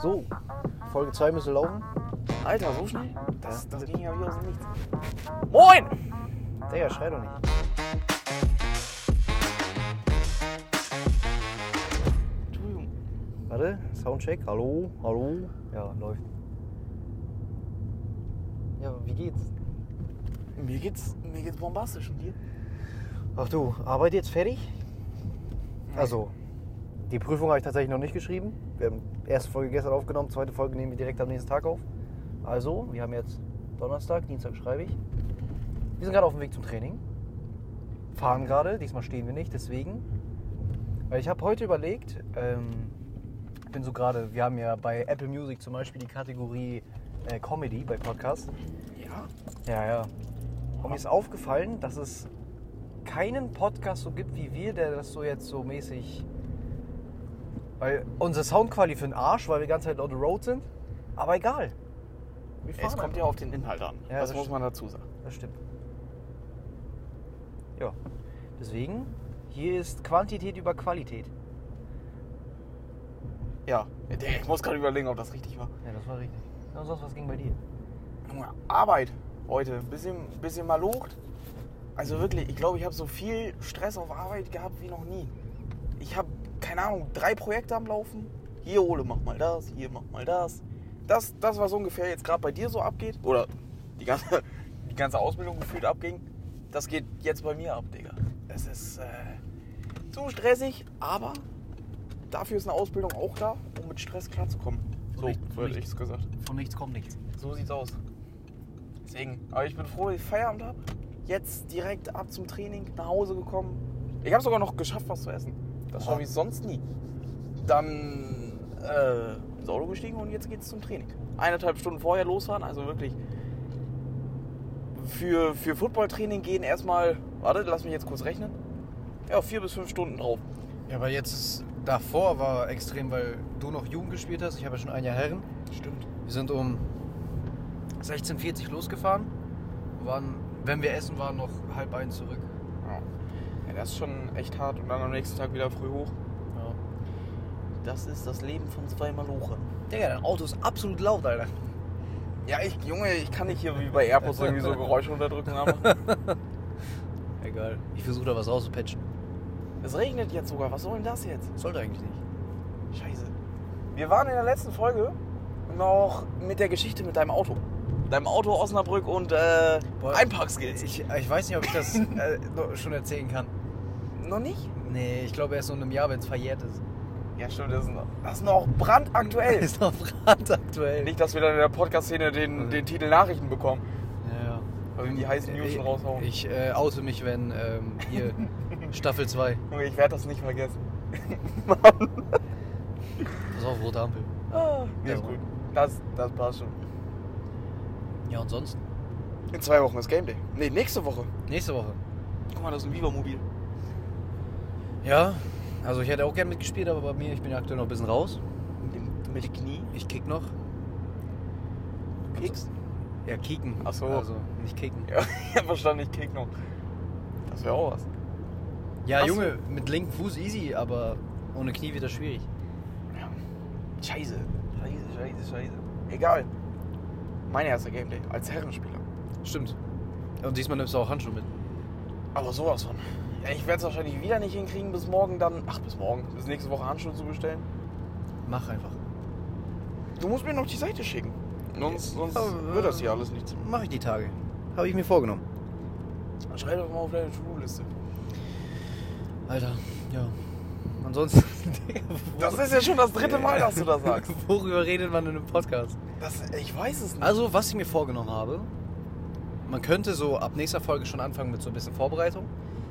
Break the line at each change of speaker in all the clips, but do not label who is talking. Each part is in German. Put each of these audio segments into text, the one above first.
So, Folge 2 müsste laufen.
Alter, so schnell? Das, das ging ja wie aus dem Nichts. Moin!
Digga, schrei doch nicht.
Entschuldigung.
Warte, Soundcheck. Hallo, hallo. Ja, läuft. Ja, wie geht's?
Mir geht's, mir geht's bombastisch und dir?
Ach du, Arbeit jetzt fertig? Also, die Prüfung habe ich tatsächlich noch nicht geschrieben. Wir haben erste Folge gestern aufgenommen, zweite Folge nehmen wir direkt am nächsten Tag auf. Also, wir haben jetzt Donnerstag, Dienstag schreibe ich. Wir sind gerade auf dem Weg zum Training. Fahren gerade, diesmal stehen wir nicht, deswegen. Weil ich habe heute überlegt, ähm, ich bin so gerade, wir haben ja bei Apple Music zum Beispiel die Kategorie äh, Comedy bei Podcasts.
Ja.
Ja, ja. Und mir ist aufgefallen, dass es keinen Podcast so gibt wie wir, der das so jetzt so mäßig. Weil unsere Soundqualität für den Arsch, weil wir die ganze Zeit on the road sind. Aber egal. Wir fahren
Es kommt
einfach.
ja auf den Inhalt an.
Ja,
das
das
muss
stimmt.
man dazu sagen.
Das stimmt. Ja. Deswegen, hier ist Quantität über Qualität.
Ja. Ich muss gerade überlegen, ob das richtig war.
Ja, das war richtig. Ja, und sonst was ging bei dir?
Junge, Arbeit heute. Bisschen, bisschen malocht. Also wirklich, ich glaube, ich habe so viel Stress auf Arbeit gehabt wie noch nie. Ich habe, keine Ahnung, drei Projekte am Laufen. Hier, Ole, mach mal das. Hier, mach mal das. Das, das was ungefähr jetzt gerade bei dir so abgeht, oder die ganze, die ganze Ausbildung gefühlt abging, das geht jetzt bei mir ab, Digga. Es ist äh, zu stressig, aber dafür ist eine Ausbildung auch da, um mit Stress klarzukommen. So,
Richtig,
so hätte
richtig.
ich es gesagt.
Von nichts kommt nichts.
So sieht's aus. Deswegen. Aber ich bin froh, dass ich Feierabend habe. Jetzt direkt ab zum Training, nach Hause gekommen. Ich habe sogar noch geschafft, was zu essen. Das
Aha.
schaffe ich sonst nie. Dann äh, ins Auto gestiegen und jetzt geht's zum Training. Eineinhalb Stunden vorher losfahren, also wirklich. Für, für Footballtraining gehen erstmal, warte, lass mich jetzt kurz rechnen. Ja, vier bis fünf Stunden drauf.
Ja, aber jetzt ist, davor war extrem, weil du noch Jugend gespielt hast. Ich habe ja schon ein Jahr Herren.
Stimmt.
Wir sind um 16.40 Uhr losgefahren. Waren, wenn wir essen waren, noch halb eins zurück.
Ja. ja, das ist schon echt hart. Und dann am nächsten Tag wieder früh hoch.
Ja.
Das ist das Leben von zwei Malochern.
Digga, dein Auto ist absolut laut, Alter.
Ja, ich, Junge, ich kann nicht hier wie bei AirPods irgendwie so Geräusche unterdrücken. Aber
Egal. Ich versuche da was rauszupatchen.
es regnet jetzt sogar. Was soll denn das jetzt?
Sollte eigentlich nicht.
Scheiße. Wir waren in der letzten Folge noch mit der Geschichte mit deinem Auto. Deinem Auto Osnabrück und äh,
Boah.
Einparkskills.
Ich, ich weiß nicht, ob ich das äh, noch- schon erzählen kann.
Noch nicht?
Nee, ich glaube erst so in einem Jahr, wenn es verjährt ist.
Ja, stimmt. Das ist noch, das ist noch brandaktuell.
ist noch brandaktuell.
nicht, dass wir dann in der Podcast-Szene
Also
den, den Titel Nachrichten bekommen.
Ja, ja.
Also die heißen News schon raushauen.
Ich äh, oute mich, wenn ähm, hier Staffel 2.
Junge, ich werde das nicht vergessen.
Pass auf, rote Ampel.
Ah, nee,
Ja,
ist
Mann.
gut. Das, das passt schon.
Ja, und sonst?
In zwei Wochen ist Game Day. Nee, nächste Woche.
Nächste Woche.
Guck mal, das ist ein Viva-Mobil.
Ja, also ich hätte auch gern mitgespielt, aber bei mir, ich bin ja aktuell noch ein bisschen raus.
Mit, dem, mit den Knie.
Ich kick noch.
Kicks?
Ja, kicken.
Ach so.
Also, nicht kicken.
Ja, ich hab verstanden, ich kick noch. Das wäre auch was.
Ja,
Ach so.
Junge, mit linkem Fuß easy, aber ohne Knie wird das schwierig.
Ja. Scheiße. Scheiße, scheiße, scheiße. Egal. Mein erster Game Day als Herrenspieler.
Stimmt. Und diesmal nimmst du auch Handschuhe mit.
Aber sowas von. Ja, ich werde es wahrscheinlich wieder nicht hinkriegen, bis morgen dann. Ach, bis morgen. Bis nächste Woche Handschuhe zu bestellen.
Mach einfach.
Du musst mir noch die Seite schicken. Sonst, sonst
Aber-
wird das hier alles nichts.
Mach ich die Tage. Habe ich mir vorgenommen.
Schreib doch mal auf deine To-Do-Liste.
Alter, ja. Ansonsten. Digga,
Das ist ja schon das dritte Mal, dass du das sagst.
worüber redet man in einem Podcast?
Das, ich weiß es nicht.
Also, was ich mir vorgenommen habe, man könnte so ab nächster Folge schon anfangen mit so ein bisschen Vorbereitung,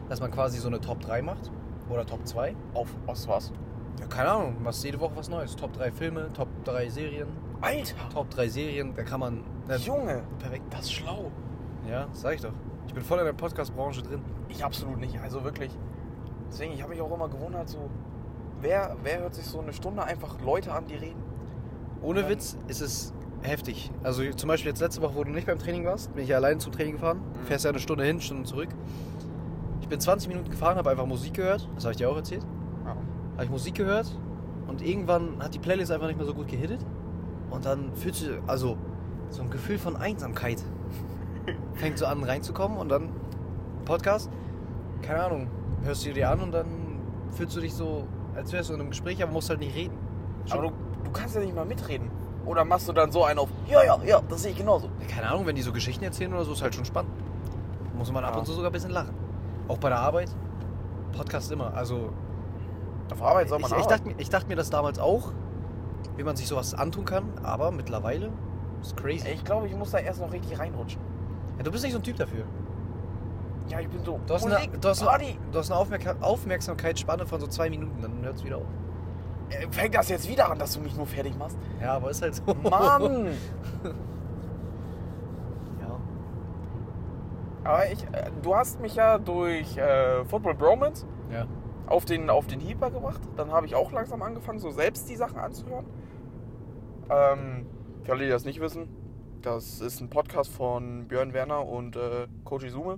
dass man quasi so eine Top 3 macht oder Top 2.
auf, aus was?
Ja, keine Ahnung, machst jede Woche was Neues. Top 3 Filme, Top 3 Serien,
Alter!
Top 3 Serien, da kann man. Na,
Junge!
perfekt.
Das ist schlau.
Ja, sag ich doch. Ich bin voll in der Podcast-Branche drin.
Ich absolut nicht, also wirklich. Deswegen, ich habe mich auch immer gewundert, so, wer, wer hört sich so eine Stunde einfach Leute an, die reden?
Ohne
Ja.
Witz ist es heftig. Also zum Beispiel jetzt letzte Woche, wo du nicht beim Training warst, bin ich ja alleine zum Training gefahren.
Mhm.
Fährst ja eine Stunde hin, Stunde zurück. Ich bin 20 Minuten gefahren, habe einfach Musik gehört. Das habe ich dir auch erzählt. Habe ich Musik gehört, Und irgendwann hat die Playlist einfach nicht mehr so gut gehittet. Und dann fühlt sich, also so ein Gefühl von Einsamkeit fängt so an reinzukommen. Und dann Podcast, keine Ahnung, hörst du dir an und dann fühlst du dich so, als wärst du in einem Gespräch, aber musst halt nicht reden.
Aber du, du kannst ja nicht mal mitreden. Oder machst du dann so einen auf, ja, ja, ja, das sehe ich genauso.
Ja, Keine Ahnung, wenn die so Geschichten erzählen oder so, ist halt schon spannend. Muss man ab
Ja.
und zu sogar ein bisschen lachen. Auch bei der Arbeit. Podcast immer. Also,
Auf Arbeit soll man
ich, ich,
arbeiten.
dachte, mir- ich dachte mir das damals auch, wie man sich sowas antun kann, aber mittlerweile ist crazy.
Ey, Ich glaube, ich muss da erst noch richtig reinrutschen.
Ja, du bist nicht so ein Typ dafür.
Ja, ich bin so. oh
Du hast
Musik,
eine, du hast
Party.
eine, du hast eine Aufmerka- Aufmerksamkeitsspanne von so zwei Minuten, dann hört es wieder auf.
Äh, Fängt das jetzt wieder an, dass du mich nur fertig machst?
Ja, aber ist halt so.
Mann!
Ja.
Aber ich, äh, du hast mich ja durch äh, Football Bromance
ja.
auf den, auf den Heeper gebracht. Dann habe ich auch langsam angefangen, so selbst die Sachen anzuhören. Ähm, für alle, die das nicht wissen, das ist ein Podcast von Björn Werner und äh, Koji Sume.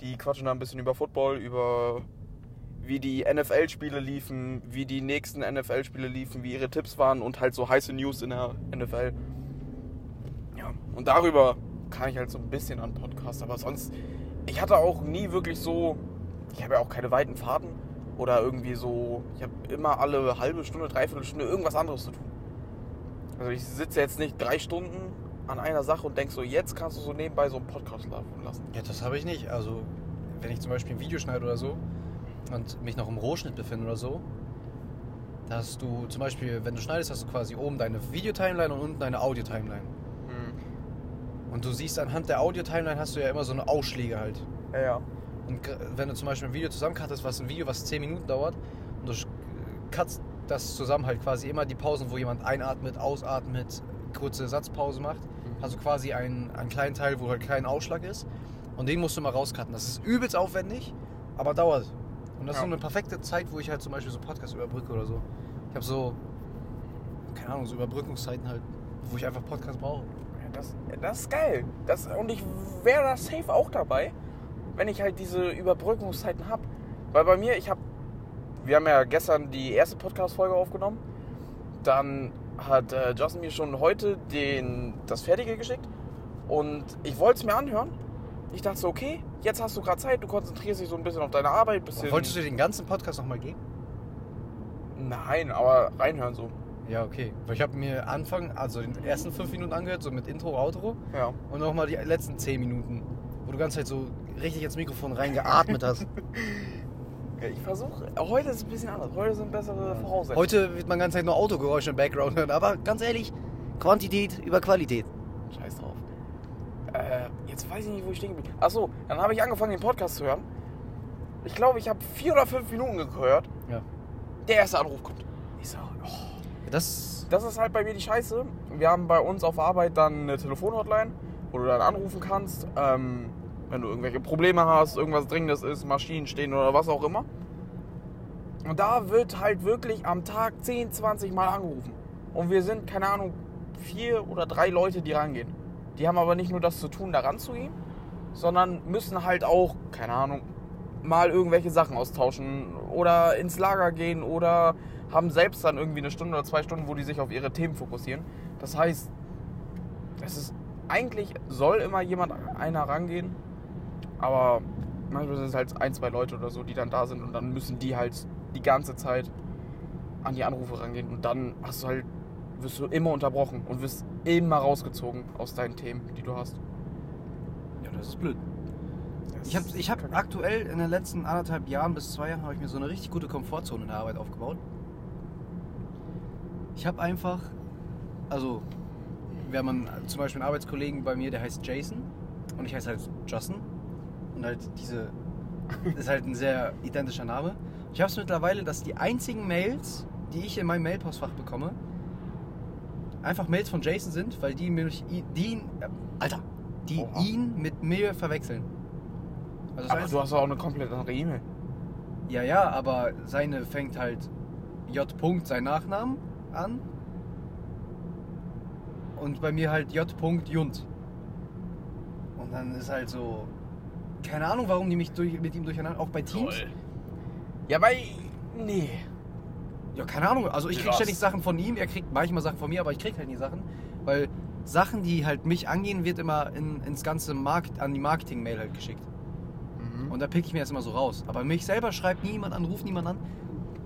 Die quatschen da ein bisschen über Football, über wie die NFL-Spiele liefen, wie die nächsten NFL-Spiele liefen, wie ihre Tipps waren und halt so heiße News in der NFL. Ja, und darüber kam ich halt so ein bisschen an Podcast, aber sonst, ich hatte auch nie wirklich so, ich habe ja auch keine weiten Fahrten oder irgendwie so, ich habe immer alle halbe Stunde, dreiviertel Stunde irgendwas anderes zu tun. Also ich sitze jetzt nicht drei Stunden an einer Sache und denk so, jetzt kannst du so nebenbei so einen Podcast laufen lassen.
Ja, das habe ich nicht. Also, wenn ich zum Beispiel ein Video schneide oder so und mich noch im Rohschnitt befinde oder so, dass du zum Beispiel, wenn du schneidest, hast du quasi oben deine Video-Timeline und unten deine Audio-Timeline. Und du siehst anhand der Audio-Timeline hast du ja immer so eine Ausschläge halt.
Ja, ja.
Und gr- wenn du zum Beispiel ein Video zusammencuttest, was ein Video, was 10 Minuten dauert, und du sch- cutst das zusammen halt quasi immer die Pausen, wo jemand einatmet, ausatmet, kurze Satzpause macht, hast du quasi einen, einen kleinen Teil, wo halt kein Ausschlag ist. Und den musst du mal rauscutten. Das ist übelst aufwendig, aber dauert. Und das ist so
Ja.
eine perfekte Zeit, wo ich halt zum Beispiel so Podcasts überbrücke oder so. Ich habe so, keine Ahnung, so Überbrückungszeiten halt, wo ich einfach Podcasts brauche.
Ja, Das, das ist geil. Das, und ich wäre da safe auch dabei, wenn ich halt diese Überbrückungszeiten habe. Weil bei mir, ich habe, wir haben ja gestern die erste Podcast-Folge aufgenommen. Dann hat äh, Justin mir schon heute den, das Fertige geschickt. Und ich wollte es mir anhören. Ich dachte so, okay, jetzt hast du gerade Zeit, du konzentrierst dich so ein bisschen auf deine Arbeit. Bisschen
Wolltest du dir den ganzen Podcast nochmal geben?
Nein, aber reinhören so.
Ja, okay. Weil ich habe mir Anfang, also den ersten fünf Minuten angehört, so mit Intro, Outro
Ja.
und nochmal die letzten zehn Minuten, wo du ganz halt so richtig ins Mikrofon reingeatmet hast.
Ja, Ich versuche, heute ist es ein bisschen anders. Heute sind bessere Voraussetzungen.
Heute wird man ganz halt nur Autogeräusche im Background hören, aber ganz ehrlich, Quantität über Qualität.
Scheiß drauf. Äh, jetzt weiß ich nicht, wo ich stehen bin. Achso, dann habe ich angefangen, den Podcast zu hören. Ich glaube, ich habe vier oder fünf Minuten gehört.
Ja.
Der erste Anruf kommt. Ich sag, oh.
Das
Das ist halt bei mir die Scheiße. Wir haben bei uns auf Arbeit dann eine Telefonhotline, wo du dann anrufen kannst, ähm, wenn du irgendwelche Probleme hast, irgendwas Dringendes ist, Maschinen stehen oder was auch immer. Und da wird halt wirklich am Tag 10, 20 Mal angerufen. Und wir sind, keine Ahnung, vier oder drei Leute, die rangehen. Die haben aber nicht nur das zu tun, da ranzugehen, sondern müssen halt auch, keine Ahnung, mal irgendwelche Sachen austauschen oder ins Lager gehen oder haben selbst dann irgendwie eine Stunde oder zwei Stunden, wo die sich auf ihre Themen fokussieren. Das heißt, es ist eigentlich soll immer jemand einer rangehen, aber manchmal sind es halt ein, zwei Leute oder so, die dann da sind und dann müssen die halt die ganze Zeit an die Anrufe rangehen und dann hast du halt wirst du immer unterbrochen und wirst immer rausgezogen aus deinen Themen, die du hast.
Ja, das ist blöd. Ich habe ich hab aktuell in den letzten anderthalb Jahren bis zwei Jahren habe ich mir so eine richtig gute Komfortzone in der Arbeit aufgebaut. Ich habe einfach, also wir haben einen, zum Beispiel einen Arbeitskollegen bei mir, der heißt Jason und ich heiße halt Justin und halt diese ist halt ein sehr identischer Name. Ich habe es mittlerweile, dass die einzigen Mails, die ich in meinem Mailpostfach bekomme, einfach Mails von Jason sind, weil die mich, die ihn, äh, Alter, die
Oha.
ihn mit mir verwechseln. Also das
aber
heißt-
du hast auch eine komplett andere E-Mail.
ja, ja, aber seine fängt halt J. Punkt, sein Nachnamen an. Und bei mir halt J. Punkt, Junt. Und dann ist halt so. Keine Ahnung, warum die mich durch, mit ihm durcheinander. Auch bei Teams.
Ja, aber nee.
Ja, keine Ahnung. Also ich krieg
Krass.
ständig Sachen von ihm, er kriegt manchmal Sachen von mir, aber ich krieg halt nie Sachen. Weil Sachen, die halt mich angehen, wird immer in, ins ganze Markt, an die Marketing-Mail halt geschickt. Und da pick ich mir das immer so raus. Aber mich selber schreibt niemand an, ruft niemand an.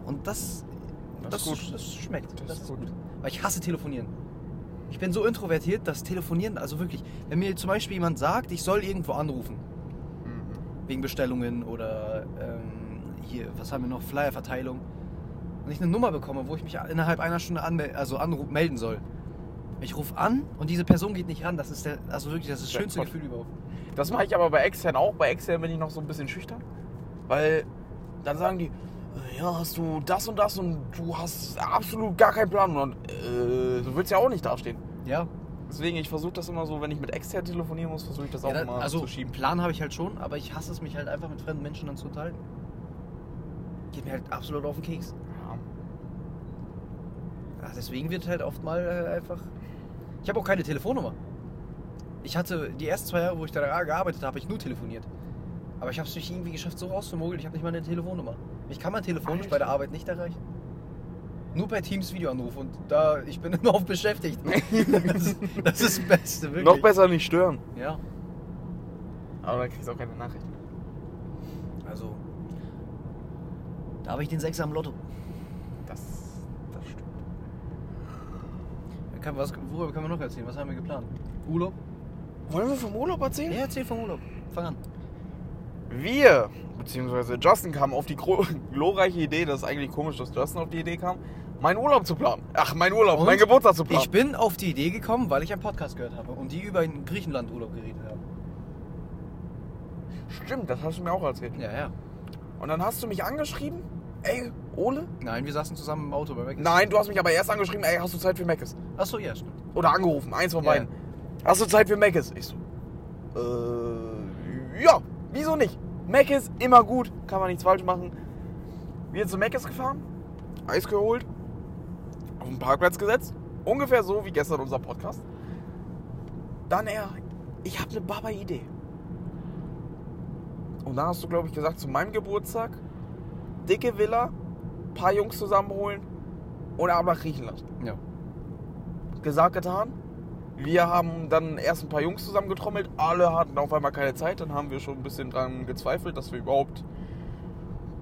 Und das,
Das
das,
ist gut.
das, schmeckt. Das,
Das ist
ist gut.
gut.
Weil ich hasse telefonieren. Ich bin so introvertiert, dass telefonieren, also wirklich, wenn mir zum Beispiel jemand sagt, ich soll irgendwo anrufen,
Mhm.
wegen Bestellungen oder ähm, hier, was haben wir noch, Flyer-Verteilung. Und ich eine Nummer bekomme, wo ich mich innerhalb einer Stunde anmel also anru- melden soll. Ich rufe an und diese Person geht nicht ran. Das ist der, also wirklich das, ist das schönste
Jackpot.
Gefühl überhaupt.
Das mache ich aber bei extern auch. Bei extern bin ich noch so ein bisschen schüchtern, weil dann sagen die, äh, ja, hast du das und das und du hast absolut gar keinen Plan und äh, du willst ja auch nicht dastehen.
Ja,
Deswegen, ich versuche das immer so, wenn ich mit extern telefonieren muss, versuche ich das auch
ja dann,
mal
also
zu schieben.
Plan habe ich halt schon, aber ich hasse es, mich halt einfach mit fremden Menschen dann zu unterhalten. Geht mir halt absolut auf den Keks.
Ja.
Ja, deswegen wird halt oft mal äh, einfach. Ich habe auch keine Telefonnummer. Ich hatte die ersten zwei Jahre, wo ich da gearbeitet habe, habe ich nur telefoniert. Aber ich habe es nicht irgendwie geschafft, so rauszumogelt, ich habe nicht mal eine Telefonnummer. Ich kann man telefonisch bei der Arbeit nicht erreichen. Nur bei Teams Videoanruf und da ich bin immer oft beschäftigt. Das ist das, ist das Beste, wirklich.
Noch besser nicht stören.
Ja,
Aber dann kriegst du auch keine Nachricht.
also. Da habe ich den Sechser am Lotto.
Das, das stimmt.
Kann, was, worüber können wir noch erzählen? Was haben wir geplant? Urlaub?
Wollen wir vom Urlaub erzählen?
Ja, erzähl vom Urlaub. Fang an.
Wir, beziehungsweise Justin kam auf die gro- glorreiche Idee, das ist eigentlich komisch, dass Justin auf die Idee kam, meinen Urlaub zu planen. Ach, meinen Urlaub,
Und
meinen Geburtstag zu planen.
Ich bin auf die Idee gekommen, weil ich einen Podcast gehört habe und die über einen Griechenlandurlaub geredet haben.
Stimmt, das hast du mir auch erzählt.
Ja, ja.
Und dann hast du mich angeschrieben, ey, Ole?
Nein, wir saßen zusammen im Auto bei Mac.
Nein, du hast mich aber erst angeschrieben, ey, hast du Zeit für Meckes?
Achso, ja, stimmt.
Oder angerufen, eins von
Ja.
beiden. Hast du Zeit für Meckes? Ich so, äh, ja, wieso nicht? Meckes, immer gut, kann man nichts falsch machen. Wir zu Meckes gefahren, Eis geholt, auf den Parkplatz gesetzt. Ungefähr so wie gestern unser Podcast. Dann er, ich habe eine Baba-Idee. Und dann hast du, glaube ich, gesagt, zu meinem Geburtstag, dicke Villa, paar Jungs zusammenholen und ab nach Griechenland
Ja.
gesagt, getan. Wir haben dann erst ein paar Jungs zusammengetrommelt. Alle hatten auf einmal keine Zeit. Dann haben wir schon ein bisschen dran gezweifelt, dass wir überhaupt.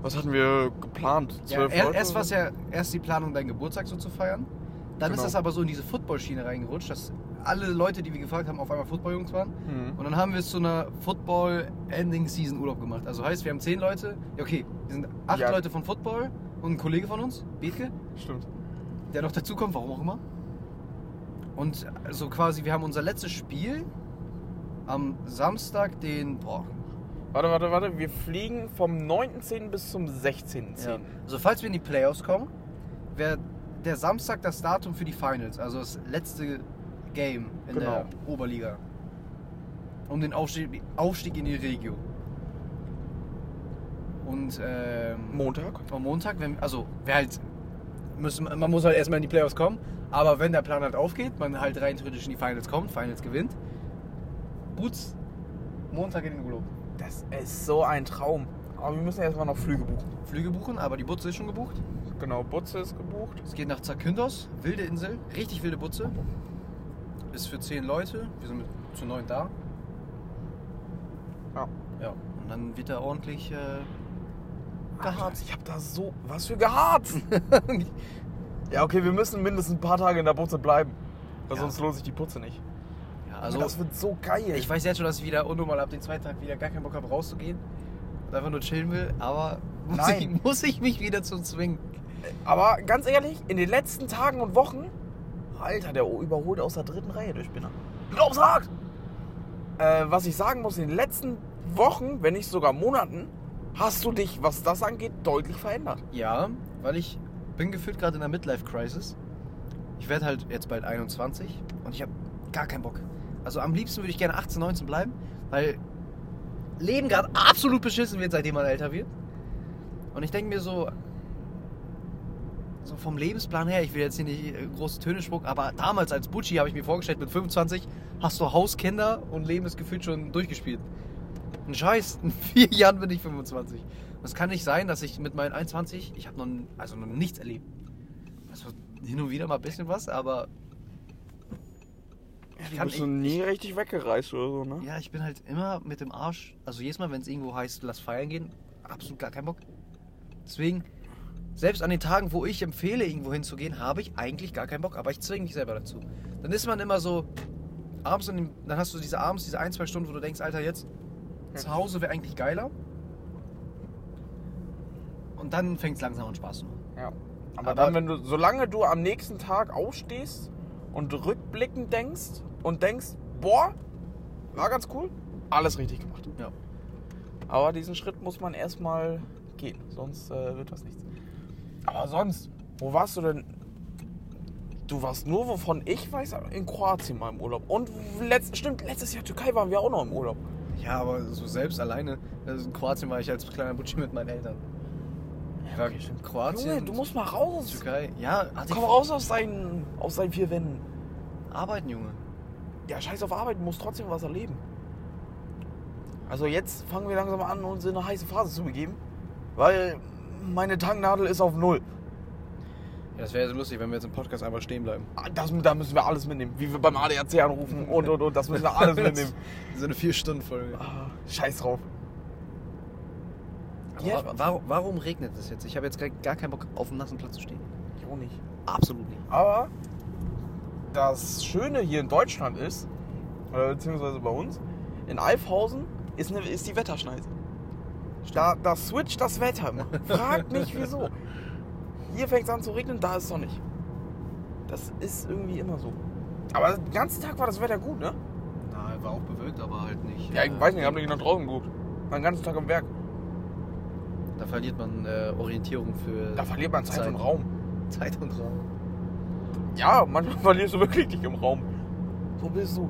Was hatten wir geplant?
ja
Zwölf
er,
Leute?
erst
oder
war es
so?
ja erst die Planung, deinen Geburtstag so zu feiern. Dann
Genau.
ist das aber so in diese Football-Schiene reingerutscht, dass alle Leute, die wir gefragt haben, auf einmal Football-Jungs waren.
Mhm.
Und dann haben wir es zu einer Football-Ending-Season-Urlaub gemacht. Also heißt, wir haben zehn Leute. Ja, okay, wir sind acht
Ja.
Leute von Football und ein Kollege von uns, Bethke,
Stimmt.
der noch dazukommt, warum auch immer. Und so quasi, wir haben unser letztes Spiel am Samstag, den. Boah.
Warte, warte, warte. Wir fliegen vom 9.10. bis zum 16.10.
Ja. Also, falls wir in die Playoffs kommen, wäre der Samstag das Datum für die Finals, also das letzte Game in
Genau.
der Oberliga. Um den Aufstieg, Aufstieg in die Regio. Und ähm,
Montag?
am Montag, wenn, also wer halt, müssen, man muss halt erstmal in die Playoffs kommen, aber wenn der Plan halt aufgeht, man halt rein theoretisch in die Finals kommt, Finals gewinnt, Boots, Montag in den Urlaub.
Das ist so ein Traum. Aber wir müssen erstmal noch Flüge buchen.
Flüge buchen, aber die Butze ist schon gebucht.
Genau, Butze ist gebucht.
Es geht nach Zakynthos, wilde Insel, richtig wilde Butze. Ist für 10 Leute, wir sind mit, zu 9 da.
Ja.
Ja, und dann wird da ordentlich äh,
Geharzt.
geharzt.
Ich hab da so. Was für geharzt! ja, okay, wir müssen mindestens ein paar Tage in der Butze bleiben. Weil
Ja.
sonst lohnt sich die Putze nicht.
Ja,
Also, das wird so geil.
Ich weiß jetzt schon, dass ich wieder unnormal ab dem zweiten Tag wieder gar keinen Bock habe, rauszugehen und einfach nur chillen will, aber muss,
Nein.
Ich, muss ich mich wieder zu zwingen.
Aber ganz ehrlich, in den letzten Tagen und Wochen, Alter, der überholt aus der dritten Reihe durch Spinner. Glaub's hart! Äh, was ich sagen muss, in den letzten Wochen, wenn nicht sogar Monaten, hast du dich, was das angeht, deutlich verändert.
Ja, weil ich bin gefühlt gerade in einer Midlife-Crisis. Ich werde halt jetzt bald 21 und ich habe gar keinen Bock. Also am liebsten würde ich gerne 18, 19 bleiben, weil Leben gerade absolut beschissen wird, seitdem man älter wird. Und ich denke mir so, so vom Lebensplan her, ich will jetzt hier nicht äh, große Töne spucken, aber damals als Butchi habe ich mir vorgestellt, mit 25 hast du Haus, Kinder und Leben ist gefühlt schon durchgespielt. Ein Scheiß, in vier Jahren bin ich 25. Und Es kann nicht sein, dass ich mit meinen 21, ich habe noch, n- also noch nichts erlebt. Also hin und wieder mal ein bisschen was, aber
Ich
kann
bist du nie richtig weggereist oder so, ne?
ja, ich bin halt immer mit dem Arsch. Also jedes Mal, wenn es irgendwo heißt, lass feiern gehen, absolut gar keinen Bock. Deswegen, selbst an den Tagen, wo ich empfehle, irgendwo hinzugehen, habe ich eigentlich gar keinen Bock, aber ich zwinge mich selber dazu. Dann ist man immer so, abends, in dem, dann hast du diese abends, diese ein, zwei Stunden, wo du denkst, Alter, jetzt zu Hause wäre eigentlich geiler. Und dann fängt es langsam an Spaß zu machen.
Ja. Aber,
Aber-
dann, wenn du, solange du am nächsten Tag aufstehst und rückblickend denkst und denkst, boah, war ganz cool, alles richtig gemacht.
Ja.
Aber diesen Schritt muss man erstmal gehen, sonst äh, wird das nichts. Aber sonst, wo warst du denn? Du warst nur, wovon ich weiß, in Kroatien mal im Urlaub. Und letzt, stimmt, letztes Jahr Türkei waren wir auch noch im Urlaub.
Ja, aber so selbst alleine. Also in Kroatien war ich als kleiner Butschi mit meinen Eltern. Ich war in Kroatien,
Junge, du musst mal raus.
Türkei. Ja, hatte
Komm
ich
raus aus seinen, aus seinen vier Wänden.
arbeiten, Junge.
Ja, scheiß auf Arbeit, du musst trotzdem was erleben. Also jetzt fangen wir langsam an, uns in eine heiße Phase zu begeben, weil meine Tanknadel ist auf Null.
Ja, das wäre so lustig, wenn wir jetzt im Podcast einfach stehen bleiben.
Ah, Das, da müssen wir alles mitnehmen, wie wir beim ADAC anrufen und und und, das müssen
Ah,
wir alles mitnehmen.
So eine 4-Stunden-Folge.
Ah, Scheiß drauf. Ja.
Ja. Warum, warum regnet es jetzt? Ich habe jetzt gar, gar keinen Bock, auf dem nassen Platz zu stehen.
Ich auch nicht.
Absolut nicht.
Aber das Schöne hier in Deutschland ist, oder beziehungsweise bei uns, in Alfhausen ist, eine, ist die Wetterschneise. Da, da switcht das Wetter immer. Fragt nicht wieso. Hier fängt es an zu regnen, da ist es noch nicht. Das ist irgendwie immer so. Aber den ganzen Tag war das Wetter gut, ne?
Na, war auch bewölkt, aber halt nicht.
Ja, ich weiß nicht, ich hab nicht nach draußen geguckt. War Den ganzen Tag am Werk.
Da verliert man äh, Orientierung für
Da verliert man Zeit,
Zeit.
im Raum.
Zeit und Raum.
Ja, manchmal verlierst du wirklich dich im Raum. So bist du.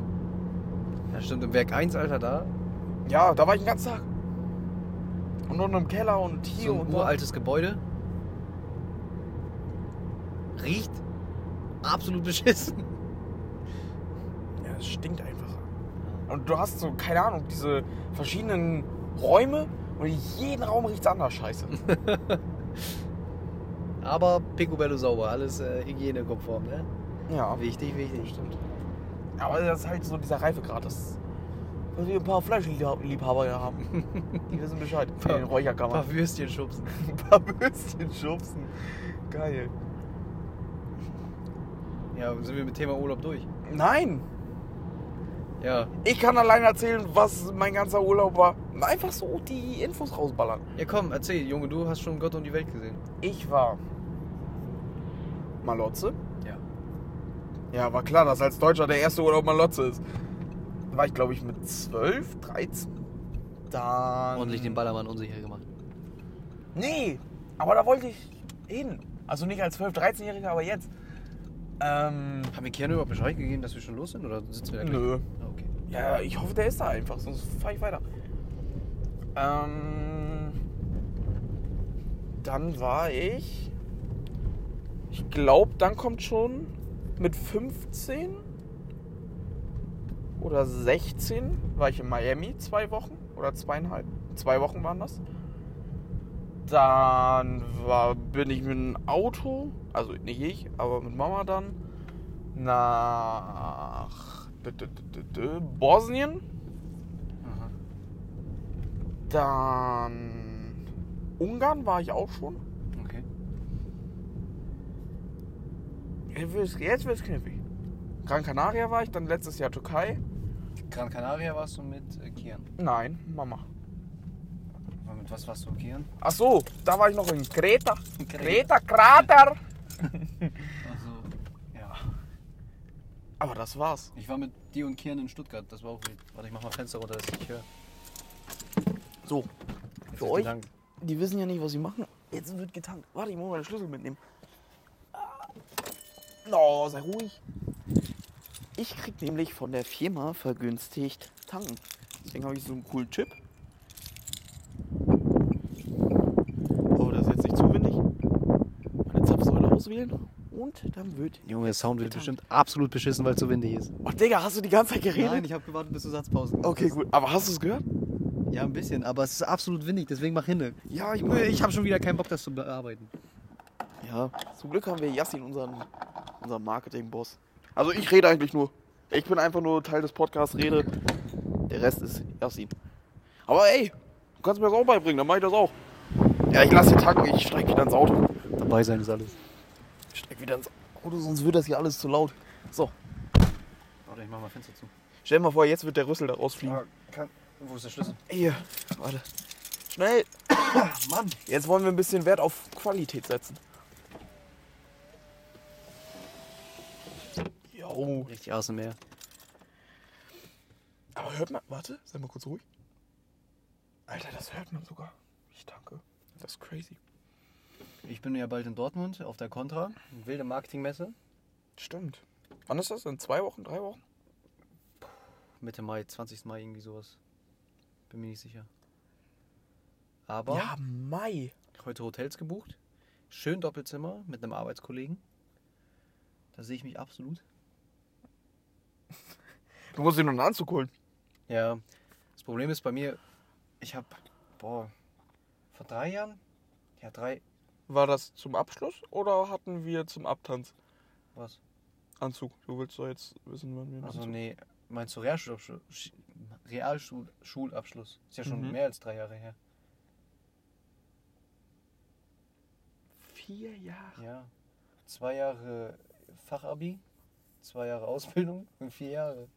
Ja, stimmt. Im Werk 1, Alter, da.
Ja, da war ich den ganzen Tag. Und unten im Keller und hier
so ein
und da.
uraltes Gebäude. Riecht absolut beschissen.
Ja, es stinkt einfach. Und du hast so, keine Ahnung, diese verschiedenen Räume und in jedem Raum riecht es anders scheiße.
Aber picobello sauber, alles äh, hygienekonform, ne?
Ja,
Wichtig, wichtig.
stimmt. Aber das ist halt so dieser Reifegrad, das. Dass wir ein paar Fleischliebhaber hier haben. Die wissen Bescheid. In den
Ein
Räucherkammern.
paar Würstchen schubsen.
Ein paar Würstchen schubsen. Geil.
Ja, sind wir mit Thema Urlaub durch.
Nein!
Ja.
Ich kann allein erzählen, was mein ganzer Urlaub war. Einfach so die Infos rausballern.
Ja, komm, erzähl, Junge, du hast schon Gott und die Welt gesehen.
Ich war Malotze.
Ja.
Ja, war klar, dass als Deutscher der erste Urlaub Malotze ist. Da war ich, glaube ich, mit 12, 13. Dann.
Ordentlich den Ballermann unsicher gemacht.
Nee, aber da wollte ich hin. Also nicht als 12, 13-Jähriger, aber jetzt. Ähm,
Haben wir Keanu überhaupt Bescheid gegeben, dass wir schon los sind? Oder sitzen wir da gleich?
nö.
Ah, Okay.
Ja, ich hoffe, der ist da einfach, sonst fahre ich weiter. Ähm, dann war ich. Ich glaube, dann kommt schon mit 15 oder 16 war ich in Miami zwei Wochen oder zweieinhalb. Zwei Wochen waren das. Dann war, bin ich mit dem Auto, also nicht ich, aber mit Mama dann, nach d- d- d- d- Bosnien,
Aha.
dann Ungarn war ich auch schon.
Okay.
Jetzt wird's, jetzt wird's knifflig. Gran Canaria war ich, dann letztes Jahr Türkei.
Gran Canaria warst du mit äh, Kian.
Nein, Mama.
Aber mit was warst du, Kian?
Ach so, da war ich noch in Kreta.
Kreta.
Kreta, Krater.
Also, ja.
Aber das war's.
Ich war mit dir und Kian in Stuttgart. Das war auch wild. Warte, ich mach mal Fenster runter, dass ich nicht höre.
So,
Jetzt
Für
ist
euch?
Gedanken.
die wissen ja nicht, was sie machen. Jetzt wird getankt. Warte, ich muss meine Schlüssel mitnehmen. Ah. No, sei ruhig. Ich krieg nämlich von der Firma vergünstigt tanken. Deswegen habe ich so einen coolen Tipp. Oh, das ist jetzt nicht zu windig. Meine Zapfsäule auswählen und dann wird.
Junge, der Sound wird bestimmt absolut beschissen, weil es so windig ist.
Oh, Digga, hast du die ganze Zeit geredet?
Nein, ich habe gewartet, bis du Satzpause gemacht
Okay, gut. Aber hast du es gehört?
hast. Ja, ein bisschen, aber es ist absolut windig, deswegen mach hinne. Ja, ich, ich habe schon wieder keinen Bock, das zu bearbeiten.
Ja, zum Glück haben wir Yassin, unseren, unseren Marketing-Boss. Also ich rede eigentlich nur. Ich bin einfach nur Teil des Podcasts, rede. Der Rest ist Yassin. Aber ey, du kannst mir das auch beibringen, dann mach ich das auch. Ja, ich lasse dir tanken, ich steig wieder ins Auto.
Dabei sein ist alles.
Ich steig wieder ins Auto, sonst wird das hier alles zu laut. So,
Warte, ich mach mal Fenster zu.
stell dir mal vor, jetzt wird der Rüssel da rausfliegen.
wo ist der Schlüssel?
Hier, warte. Schnell.
Mann!
Jetzt wollen wir ein bisschen Wert auf Qualität setzen. Jo.
Richtig ASMR.
Aber hört man, warte, sei mal kurz ruhig. Alter, das hört man sogar. Ich danke. Das ist crazy.
Ich bin ja bald in Dortmund auf der Contra. Wilde Marketingmesse.
Stimmt. Wann ist das? In zwei Wochen, drei Wochen?
Mitte Mai, 20. Mai, irgendwie sowas. Bin mir nicht sicher. Aber
Ja, Mai.
heute Hotels gebucht. Schön Doppelzimmer mit einem Arbeitskollegen. Da sehe ich mich absolut.
Du musst dir noch einen Anzug holen.
Ja, das Problem ist bei mir, ich habe, boah, vor drei Jahren, ja drei,
War das zum Abschluss oder hatten wir zum Abtanz
was?
Anzug? Du willst doch jetzt wissen, wann wir einen
Also
Anzug-
nee, meinst du Realschulabschluss? Sch- Realschul Schulabschluss? Ist ja schon
Mhm.
mehr als drei Jahre her.
Vier Jahre.
Ja. Zwei Jahre Fachabi, zwei Jahre Ausbildung und vier Jahre.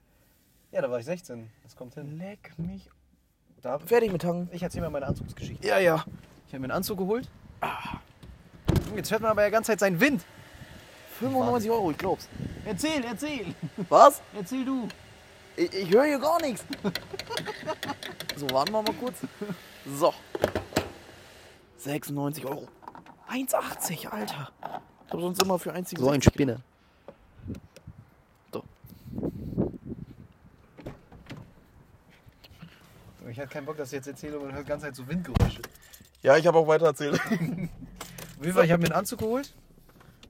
Ja, da war ich 16. Das kommt hin.
Leck mich.
Da,
Fertig mit Tanken.
ich erzähl mal meine Anzugsgeschichte.
Ja, ja.
Ich habe mir einen Anzug geholt. Junge, Jetzt hört man aber ja ganze Zeit seinen Wind.
95 Euro, ich glaub's.
Erzähl, erzähl.
Was?
Erzähl du.
Ich, ich höre hier gar nichts. So, warten wir mal kurz. So. 96 Euro. 1,80, Alter. Ich habe sonst immer für 1,60.
Spinner.
So.
Ich hatte keinen Bock, dass ich jetzt erzähle, aber man hört die ganze Zeit so Windgeräusche.
Ja, ich habe auch weiter erzählt.
Auf jeden Fall, ich habe mir einen Anzug geholt.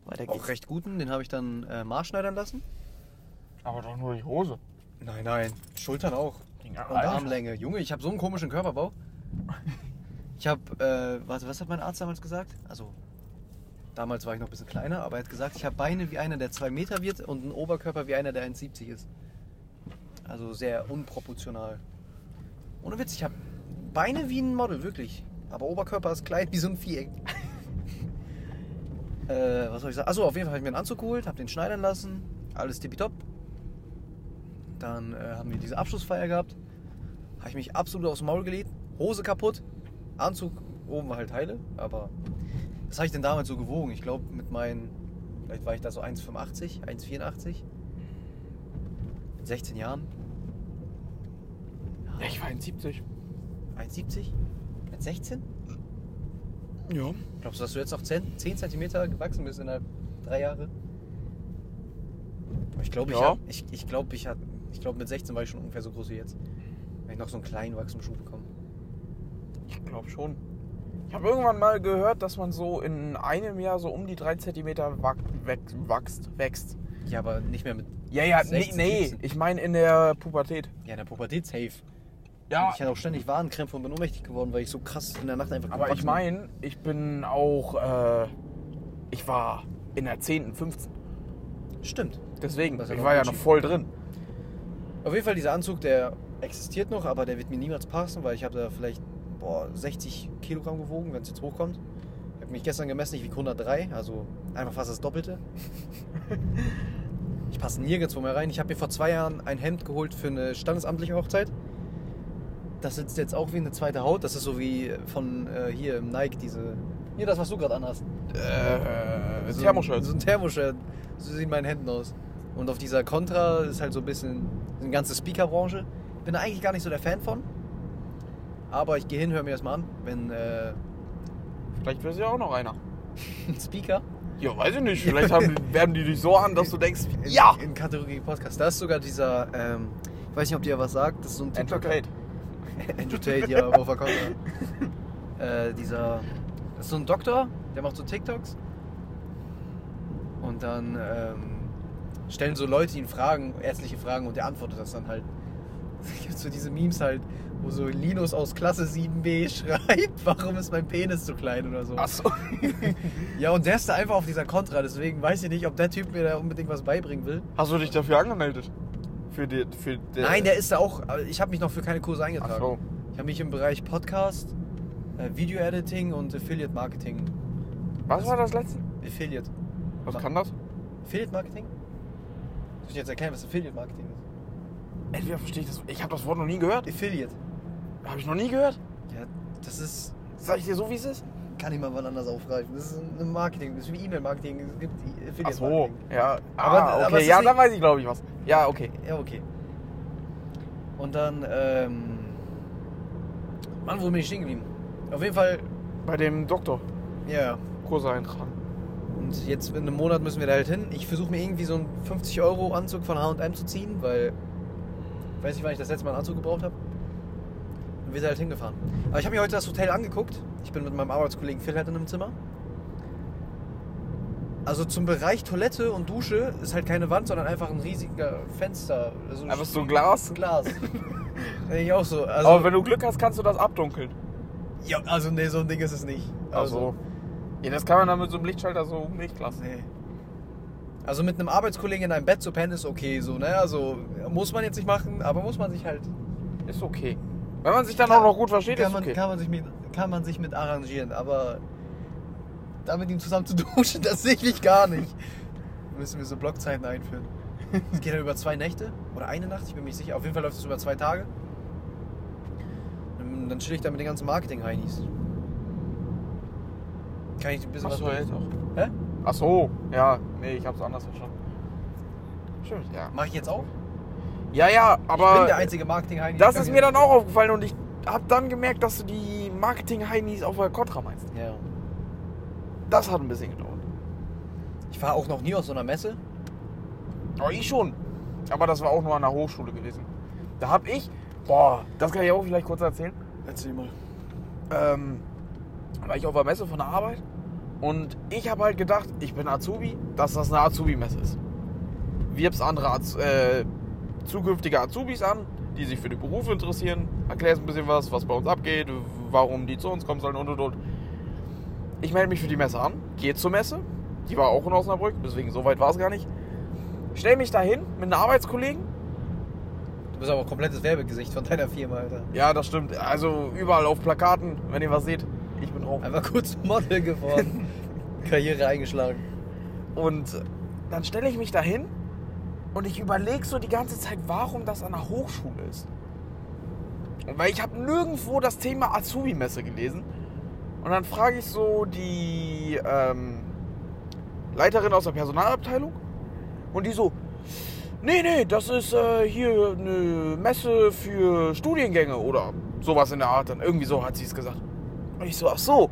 Weiter
Auch recht guten. Den habe ich dann äh, maßschneidern lassen.
Aber doch nur die Hose.
Nein, nein. Schultern auch.
Und
Und Armlänge. Junge, ich habe so einen komischen Körperbau. Ich habe, äh, warte, was hat mein Arzt damals gesagt? Also, damals war ich noch ein bisschen kleiner, aber er hat gesagt, ich habe Beine wie einer, der zwei Meter wird und einen Oberkörper wie einer, der 1,70 ist. Also sehr unproportional. Ohne Witz, ich habe Beine wie ein Model, wirklich. Aber Oberkörper ist klein wie so ein Viereck. äh, was soll ich sagen? Achso, auf jeden Fall habe ich mir einen Anzug geholt, habe den schneidern lassen. Alles tippitopp. Dann äh, haben wir diese Abschlussfeier gehabt. Habe ich mich absolut aufs Maul gelegt. Hose kaputt. Anzug oben war halt heile. Aber was habe ich denn damals so gewogen? Ich glaube, mit meinen. Vielleicht war ich da so 1,85, 1,84. Mit 16 Jahren.
Ich war 1,70.
1,70? Mit 16?
Ja.
Glaubst du, dass du jetzt noch 10, 10 cm gewachsen bist innerhalb drei Jahre? Ich glaube, ich,
Ja.
hab- ich, ich, glaub, ich, hab- ich glaub, mit 16 war ich schon ungefähr so groß wie jetzt. Wenn ich noch so einen kleinen Wachstumsschub bekommen.
Ich glaube schon. Ich habe irgendwann mal gehört, dass man so in einem Jahr so um die 3 cm wächst. wächst.
Ja, aber nicht mehr mit.
Ja, ja,
16,
nee, nee.
17.
Ich meine in der Pubertät.
Ja, in der Pubertät safe.
Ja,
Ich hatte auch ständig Wadenkrämpfe und bin ohnmächtig geworden, weil ich so krass in der Nacht einfach
Aber ich
gewachsen
meine, ich bin auch, äh, ich war in der 10., 15.
bin. Stimmt.
Deswegen,
Das ist ja
ich
noch
war ja
Gucci.
noch voll drin.
Auf jeden Fall, dieser Anzug, der existiert noch, aber der wird mir niemals passen, weil ich habe da vielleicht boah, 60 Kilogramm gewogen, wenn es jetzt hochkommt. Ich habe mich gestern gemessen, ich wiege 103, also einfach fast das Doppelte. ich passe nirgendwo mehr rein. Ich habe mir vor zwei Jahren ein Hemd geholt für eine standesamtliche Hochzeit. Das sitzt jetzt auch wie eine zweite Haut. Das ist so wie von äh, hier im Nike diese... Hier, das, was du gerade anhast.
Äh,
So ein-
Thermoshirt.
So ein Thermoshirt. So sehen meine Händen aus. Und auf dieser Contra ist halt so ein bisschen eine ganze Speakerbranche. Bin da eigentlich gar nicht so der Fan von. Aber ich gehe hin, höre mir das mal an. Wenn äh,
Vielleicht wäre ja auch noch einer.
ein Speaker
Ja, weiß ich nicht. Vielleicht haben, werden die dich so an, dass du denkst,
in,
ja!
in Kategorie Podcast, da ist sogar dieser, ähm, ich weiß nicht, ob dir was sagt, das ist so ein
Andrew
TikToker.
Tate.
Andrew Tate, ja, auf der Contra. äh, dieser, das ist so ein Doktor, der macht so TikToks. Und dann ähm, stellen so Leute ihn Fragen, ärztliche Fragen und er antwortet das dann halt. gibt so diese Memes halt, wo so Linus aus Klasse 7b schreibt, warum ist mein Penis zu klein oder so.
Achso.
Ja, und der ist da einfach auf dieser Kontra, deswegen weiß ich nicht, ob der Typ mir da unbedingt was beibringen will.
Hast du dich dafür angemeldet? Für die, für
Nein, der ist da auch, aber ich habe mich noch für keine Kurse eingetragen.
Ach so.
Ich habe mich im Bereich Podcast, äh, Video Editing und Affiliate Marketing.
Was war das letzte?
Affiliate.
Was kann das?
Affiliate Marketing? Soll ich jetzt erklären, was Affiliate Marketing ist?
Entweder verstehe ich das. Ich habe das Wort noch nie gehört.
Affiliate.
Habe ich noch nie gehört?
Ja, das ist.
Sag ich dir so, wie es ist?
Kann ich mal wann anders aufgreifen. Das ist ein Marketing, das ist wie E-Mail-Marketing. Es gibt die Affiliate
Ach so.
Marketing.
Ja.
Aber-
Ah, okay.
aber es ist
ja,
nicht-
dann weiß ich, glaube ich, was. Ja, okay.
Ja, okay. Und dann, ähm. Mann, wo bin ich stehen geblieben? Auf jeden Fall,
Bei dem Doktor
ja.
Kurse eintragen.
Und jetzt in einem Monat müssen wir da halt hin. Ich versuche mir irgendwie so einen 50-Euro-Anzug von HM zu ziehen, weil ich weiß nicht, wann ich das letzte Mal einen Anzug gebraucht habe. Und wir sind halt hingefahren. Aber ich habe mir heute das Hotel angeguckt. Ich bin mit meinem Arbeitskollegen Phil halt in einem Zimmer. Also zum Bereich Toilette und Dusche ist halt keine Wand, sondern einfach ein riesiger Fenster. Also
Einfach so Glas.
Glas. Denke ich auch so. Also,
Aber wenn du Glück hast, kannst du das abdunkeln.
ja, also nee, so ein Ding ist es nicht.
Also. Ja, das kann man dann mit so einem Lichtschalter so nicht lassen.
Nee. Also mit einem Arbeitskollegen in einem Bett zu pennen ist okay, so, ne? Also muss man jetzt nicht machen, aber muss man sich halt.
Ist okay. Wenn man sich dann auch noch gut versteht,
Kann
ist
man,
okay.
kann, man sich mit, kann man sich mit arrangieren, aber da mit ihm zusammen zu duschen, das sehe ich gar nicht. Müssen wir so Blockzeiten einführen. Es geht dann über zwei Nächte oder eine Nacht, ich bin mir nicht sicher. Auf jeden Fall läuft es über zwei Tage. Ähm, Dann dann chill ich da mit den ganzen Marketing-Heinis. Kann ich ein bisschen
Ach so,
was.
jetzt auch.
Hä?
Ach so, ja. Nee, ich hab's anders verstanden. Stimmt, ja.
Mach ich jetzt auch?
Ja, ja,
ich bin der
aber
einzige Marketing-Heini.
das ist mir dann auch aufgefallen und ich hab dann gemerkt, dass du die Marketing-Heinis auf der Kontra meinst.
Ja.
Das hat ein bisschen gedauert.
Ich war auch noch nie auf so einer Messe.
Aber ich schon. Aber das war auch nur an der Hochschule gewesen. Da hab ich, boah, das kann ich auch vielleicht kurz erzählen.
Erzähl mal.
ähm, war ich auf der Messe von der Arbeit und ich habe halt gedacht, ich bin Azubi, dass das eine Azubi-Messe ist. Wirbst andere Az äh, zukünftige Azubis an, die sich für die Berufe interessieren, erklärst ein bisschen was, was bei uns abgeht, warum die zu uns kommen sollen und und und. Ich melde mich für die Messe an, gehe zur Messe, die war auch in Osnabrück, deswegen so weit war es gar nicht. Stell mich dahin mit einem Arbeitskollegen,
Du bist aber auch komplettes Werbegesicht von deiner Firma, Alter.
ja das stimmt, also überall auf Plakaten, wenn ihr was seht, ich bin drauf.
Einfach kurz Model geworden. Karriere eingeschlagen.
Und dann stelle ich mich dahin und ich überlege so die ganze Zeit, warum das an der Hochschule ist. Und weil ich habe nirgendwo das Thema Azubi-Messe gelesen. Und dann frage ich so die ähm, Leiterin aus der Personalabteilung. Und die so, nee, nee, das ist äh, hier eine Messe für Studiengänge oder sowas in der Art. Dann irgendwie so hat sie es gesagt. Und ich so, ach so,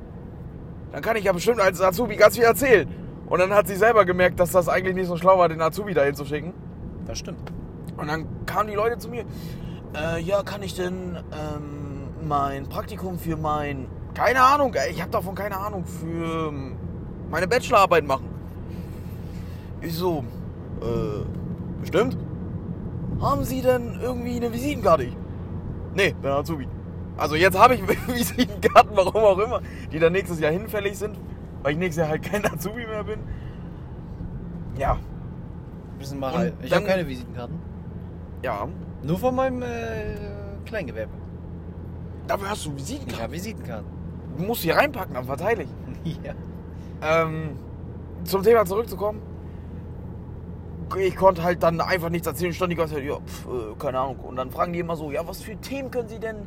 dann kann ich ja bestimmt als Azubi ganz viel erzählen. Und dann hat sie selber gemerkt, dass das eigentlich nicht so schlau war, den Azubi dahin zu schicken.
Das stimmt.
Und dann kamen die Leute zu mir. Äh, ja, kann ich denn ähm, mein Praktikum für mein... Keine Ahnung, ey, ich habe davon keine Ahnung. Für ähm, meine Bachelorarbeit machen. Ich so, äh, bestimmt. Haben Sie denn irgendwie eine Visitenkarte? Ich, Nee, bin Azubi. Also jetzt habe ich Visitenkarten, warum auch immer, die dann nächstes Jahr hinfällig sind, weil ich nächstes Jahr halt kein Azubi mehr bin. Ja,
Bisschen mal
Und
halt. Ich
dann-
habe keine Visitenkarten.
ja.
Nur von meinem äh, Kleingewerbe.
Dafür hast du
Ich
Visitenkarten.
habe Visitenkarten.
Du musst sie reinpacken, dann verteile ich.
ja.
Ähm, zum Thema zurückzukommen. Ich konnte halt dann einfach nichts erzählen. Stand die ganze Zeit, ja, pf, äh, keine Ahnung. Und dann fragen die immer so, ja, was für Themen können Sie denn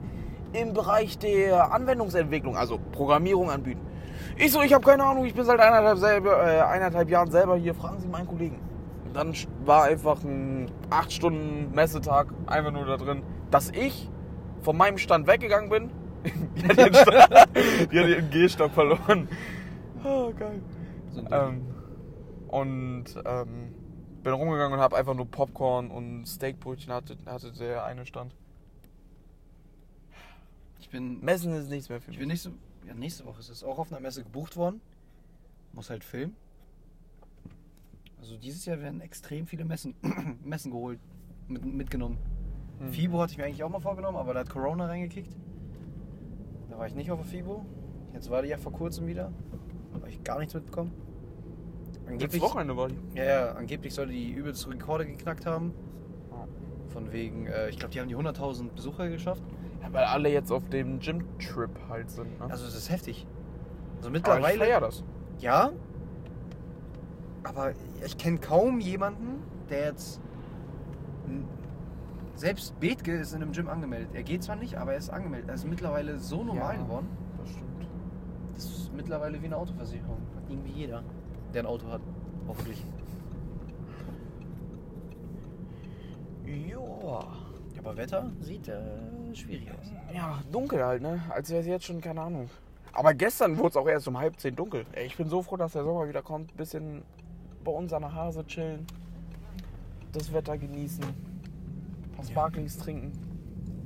im Bereich der Anwendungsentwicklung, also Programmierung anbieten? Ich so, ich habe keine Ahnung. Ich bin seit eineinhalb, selber, äh, eineinhalb Jahren selber hier. Fragen Sie meinen Kollegen. Und dann sch- war einfach ein acht Stunden Messetag einfach nur da drin, dass ich von meinem Stand weggegangen bin. die hat ihren, Stand, die hat ihren Gehstock verloren. Oh, geil.
So ein Ding.
Ähm, und ähm, bin rumgegangen und habe einfach nur Popcorn und Steakbrötchen hatte, hatte der eine Stand.
ich bin.
Messen ist nichts mehr für
Ich bin
mich.
nächste, ja, nächste Woche ist es auch auf einer Messe gebucht worden. Muss halt filmen. Also dieses Jahr werden extrem viele Messen, Messen geholt, mit, mitgenommen.
Mhm.
Hm. FIBO hatte ich mir eigentlich auch mal vorgenommen, aber da hat Corona reingekickt. Da war ich nicht auf der FIBO. Jetzt war die ja vor kurzem wieder. Da habe ich gar nichts mitbekommen.
Letztes Wochenende war die.
Ja, ja, angeblich soll die übelst Rekorde geknackt haben. Von wegen, äh, ich glaube, die haben die 100.000 Besucher geschafft.
Ja, weil alle jetzt auf dem Gym-Trip halt sind. Ne?
Also, das ist heftig.
Aber
Also,
ich
mittlerweile.
feier das.
Ja. Aber ich kenne kaum jemanden, der jetzt. n- Selbst Bethke ist in einem Gym angemeldet. Er geht zwar nicht, aber er ist angemeldet. Er ist mittlerweile so normal
Ja.
geworden.
Das stimmt.
Das ist mittlerweile wie eine Autoversicherung. Hat irgendwie jeder, der ein Auto hat. Hoffentlich.
Joa.
Aber Wetter sieht äh, schwierig aus.
Ja, dunkel halt, ne? Als wäre es jetzt schon, keine Ahnung. Aber gestern wurde es auch erst um halb zehn dunkel. Ey, ich bin so froh, dass der Sommer wieder kommt. Bisschen bei uns an der Hase chillen. Das Wetter genießen. Ein paar
Ja.
Sparklings trinken.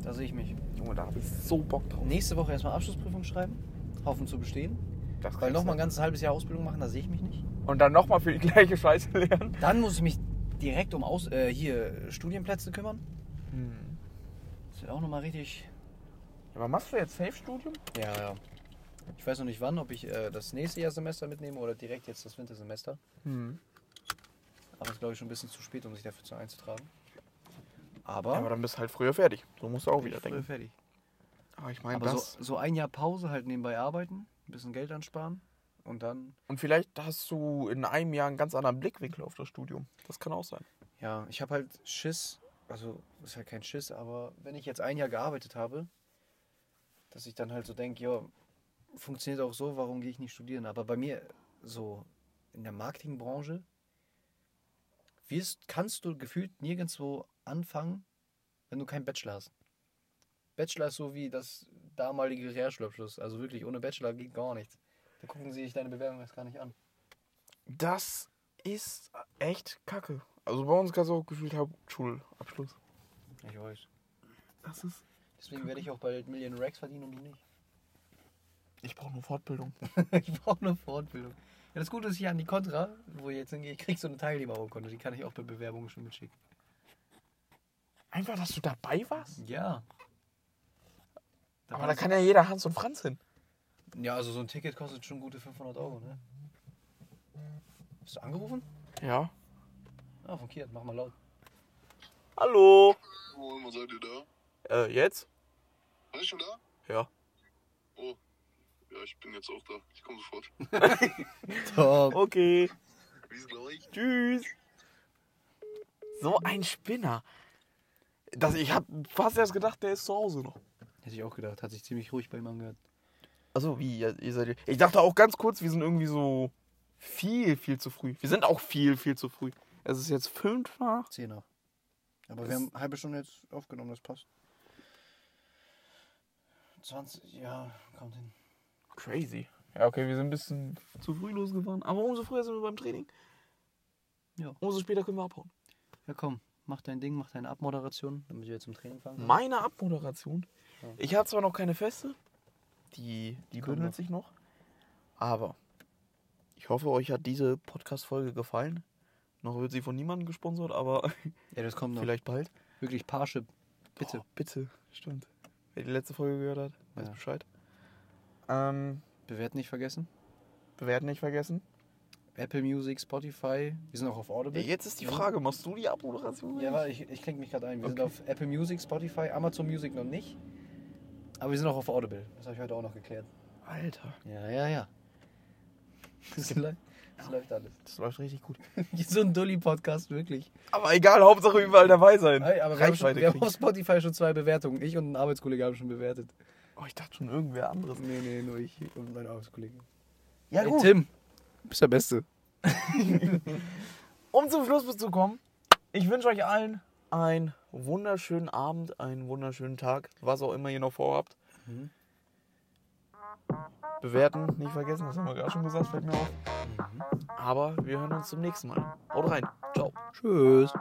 Da sehe ich mich.
Junge, da habe ich so Bock drauf.
Nächste Woche erstmal Abschlussprüfung schreiben. Hoffen zu bestehen.
Das
Weil
kriegst
nochmal
du.
ein ganzes halbes Jahr Ausbildung machen, da sehe ich mich nicht.
Und dann nochmal für die gleiche Scheiße lernen.
Dann muss ich mich direkt um Aus äh, hier Studienplätze kümmern. Hm. Das wird auch nochmal richtig.
Aber machst du jetzt Safe-Studium?
Ja, ja. Ich weiß noch nicht wann, ob ich äh, das nächste Jahr Semester mitnehme oder direkt jetzt das Wintersemester. Hm. Aber es ist, glaube ich, schon ein bisschen zu spät, um sich dafür zu einzutragen. Aber,
Ja, aber dann bist du halt früher fertig. So musst du auch
bin
wieder
ich früher
denken.
fertig.
Aber ich meine,
Aber
das.
so, so ein Jahr Pause halt nebenbei arbeiten, ein bisschen Geld ansparen und dann.
Und vielleicht hast du in einem Jahr einen ganz anderen Blickwinkel auf das Studium. Das kann auch sein.
Ja, ich habe halt Schiss, also ist halt kein Schiss, aber wenn ich jetzt ein Jahr gearbeitet habe, dass ich dann halt so denke, ja, funktioniert auch so, warum gehe ich nicht studieren? Aber bei mir so in der Marketingbranche wirst, kannst du gefühlt nirgendwo anfangen, wenn du keinen Bachelor hast. Bachelor ist so wie das damalige Realschulabschluss, also wirklich ohne Bachelor geht gar nichts. Da gucken sie sich deine Bewerbung erst gar nicht an.
Das ist echt kacke. Also bei uns kannst du auch gefühlt Hauptschulabschluss.
Ich weiß.
Das ist.
Deswegen werde ich auch bald Million Racks verdienen und du nicht.
Ich brauche eine Fortbildung.
Ich brauche eine Fortbildung. Ja, das Gute ist hier an die Kontra, wo ich jetzt hingehe, ich krieg so eine Teilnehmerurkunde. Die kann ich auch bei Bewerbungen schon mitschicken.
Einfach, dass du dabei warst?
Ja.
Aber da kann ja jeder Hans und Franz hin.
ja, also so ein Ticket kostet schon gute 500 Euro, ne? Bist du angerufen?
Ja.
Ah, von Kiat, mach mal laut.
Hallo.
Moin, wann seid ihr da?
Äh, jetzt?
Seid ihr schon da?
Ja.
Oh, ja, ich bin jetzt auch da. Ich komme sofort.
Top.
Okay.
Bis gleich.
Tschüss. So ein Spinner. Das, ich hab fast erst gedacht, der ist zu Hause noch.
Hätte ich auch gedacht, hat sich ziemlich ruhig bei ihm angehört.
Also wie, ihr, ihr seid. Ich dachte auch ganz kurz, wir sind irgendwie so viel, viel zu früh. Wir sind auch viel, viel zu früh. Es ist jetzt fünf nach.
Zehner. Aber
Das-
wir haben eine halbe Stunde jetzt aufgenommen, das passt. 20, ja, kommt hin.
Crazy. Ja, okay, wir sind ein bisschen zu früh losgefahren. Aber umso früher sind wir beim Training.
Ja.
Umso später können wir abhauen.
Ja, komm, mach dein Ding, mach deine Abmoderation, damit wir zum Training fangen. können.
Meine Abmoderation.
Ja.
Ich habe zwar noch keine Feste. Die, die
Kommt
bündelt
noch.
sich noch. Aber ich hoffe, euch hat diese Podcast-Folge gefallen. Noch wird sie von niemandem gesponsert, aber
Ja, das kommt noch.
vielleicht bald.
Wirklich Parship. Bitte.
Boah, bitte, stimmt. Wer die letzte Folge gehört hat, weiß
Ja.
Bescheid. Ähm,
Bewerten nicht vergessen.
bewerten nicht vergessen.
Apple Music, Spotify. Wir sind auch auf Audible.
jetzt ist die Frage, machst du die Abmoderation?
Ja, warte, ich, ich klinge mich gerade ein. Wir sind auf Apple Music, Spotify, Amazon Music noch nicht. Aber wir sind auch auf Audible. Das habe ich heute auch noch geklärt.
Alter,
Ja, ja, ja. Das, läuft, das läuft alles.
das läuft richtig gut.
so ein Dulli-Podcast, wirklich.
Aber egal, Hauptsache überall dabei sein.
Hey, aber wir haben, schon,
Reichweite
wir haben
kriegen.
auf Spotify schon zwei Bewertungen. Ich und ein Arbeitskollege haben schon bewertet.
Oh, ich dachte schon irgendwer anderes.
Nee, nee, nur ich und mein Arbeitskollege.
Ja,
Hey, Tim, du bist der Beste.
Um zum Schluss zu kommen, ich wünsche euch allen einen wunderschönen Abend, einen wunderschönen Tag, was auch immer ihr noch vorhabt.
Mhm.
Bewerten, nicht vergessen, das haben wir gerade schon gesagt,
Mhm.
fällt mir auf. Aber wir hören uns zum nächsten Mal. Haut rein. Ciao.
Tschüss.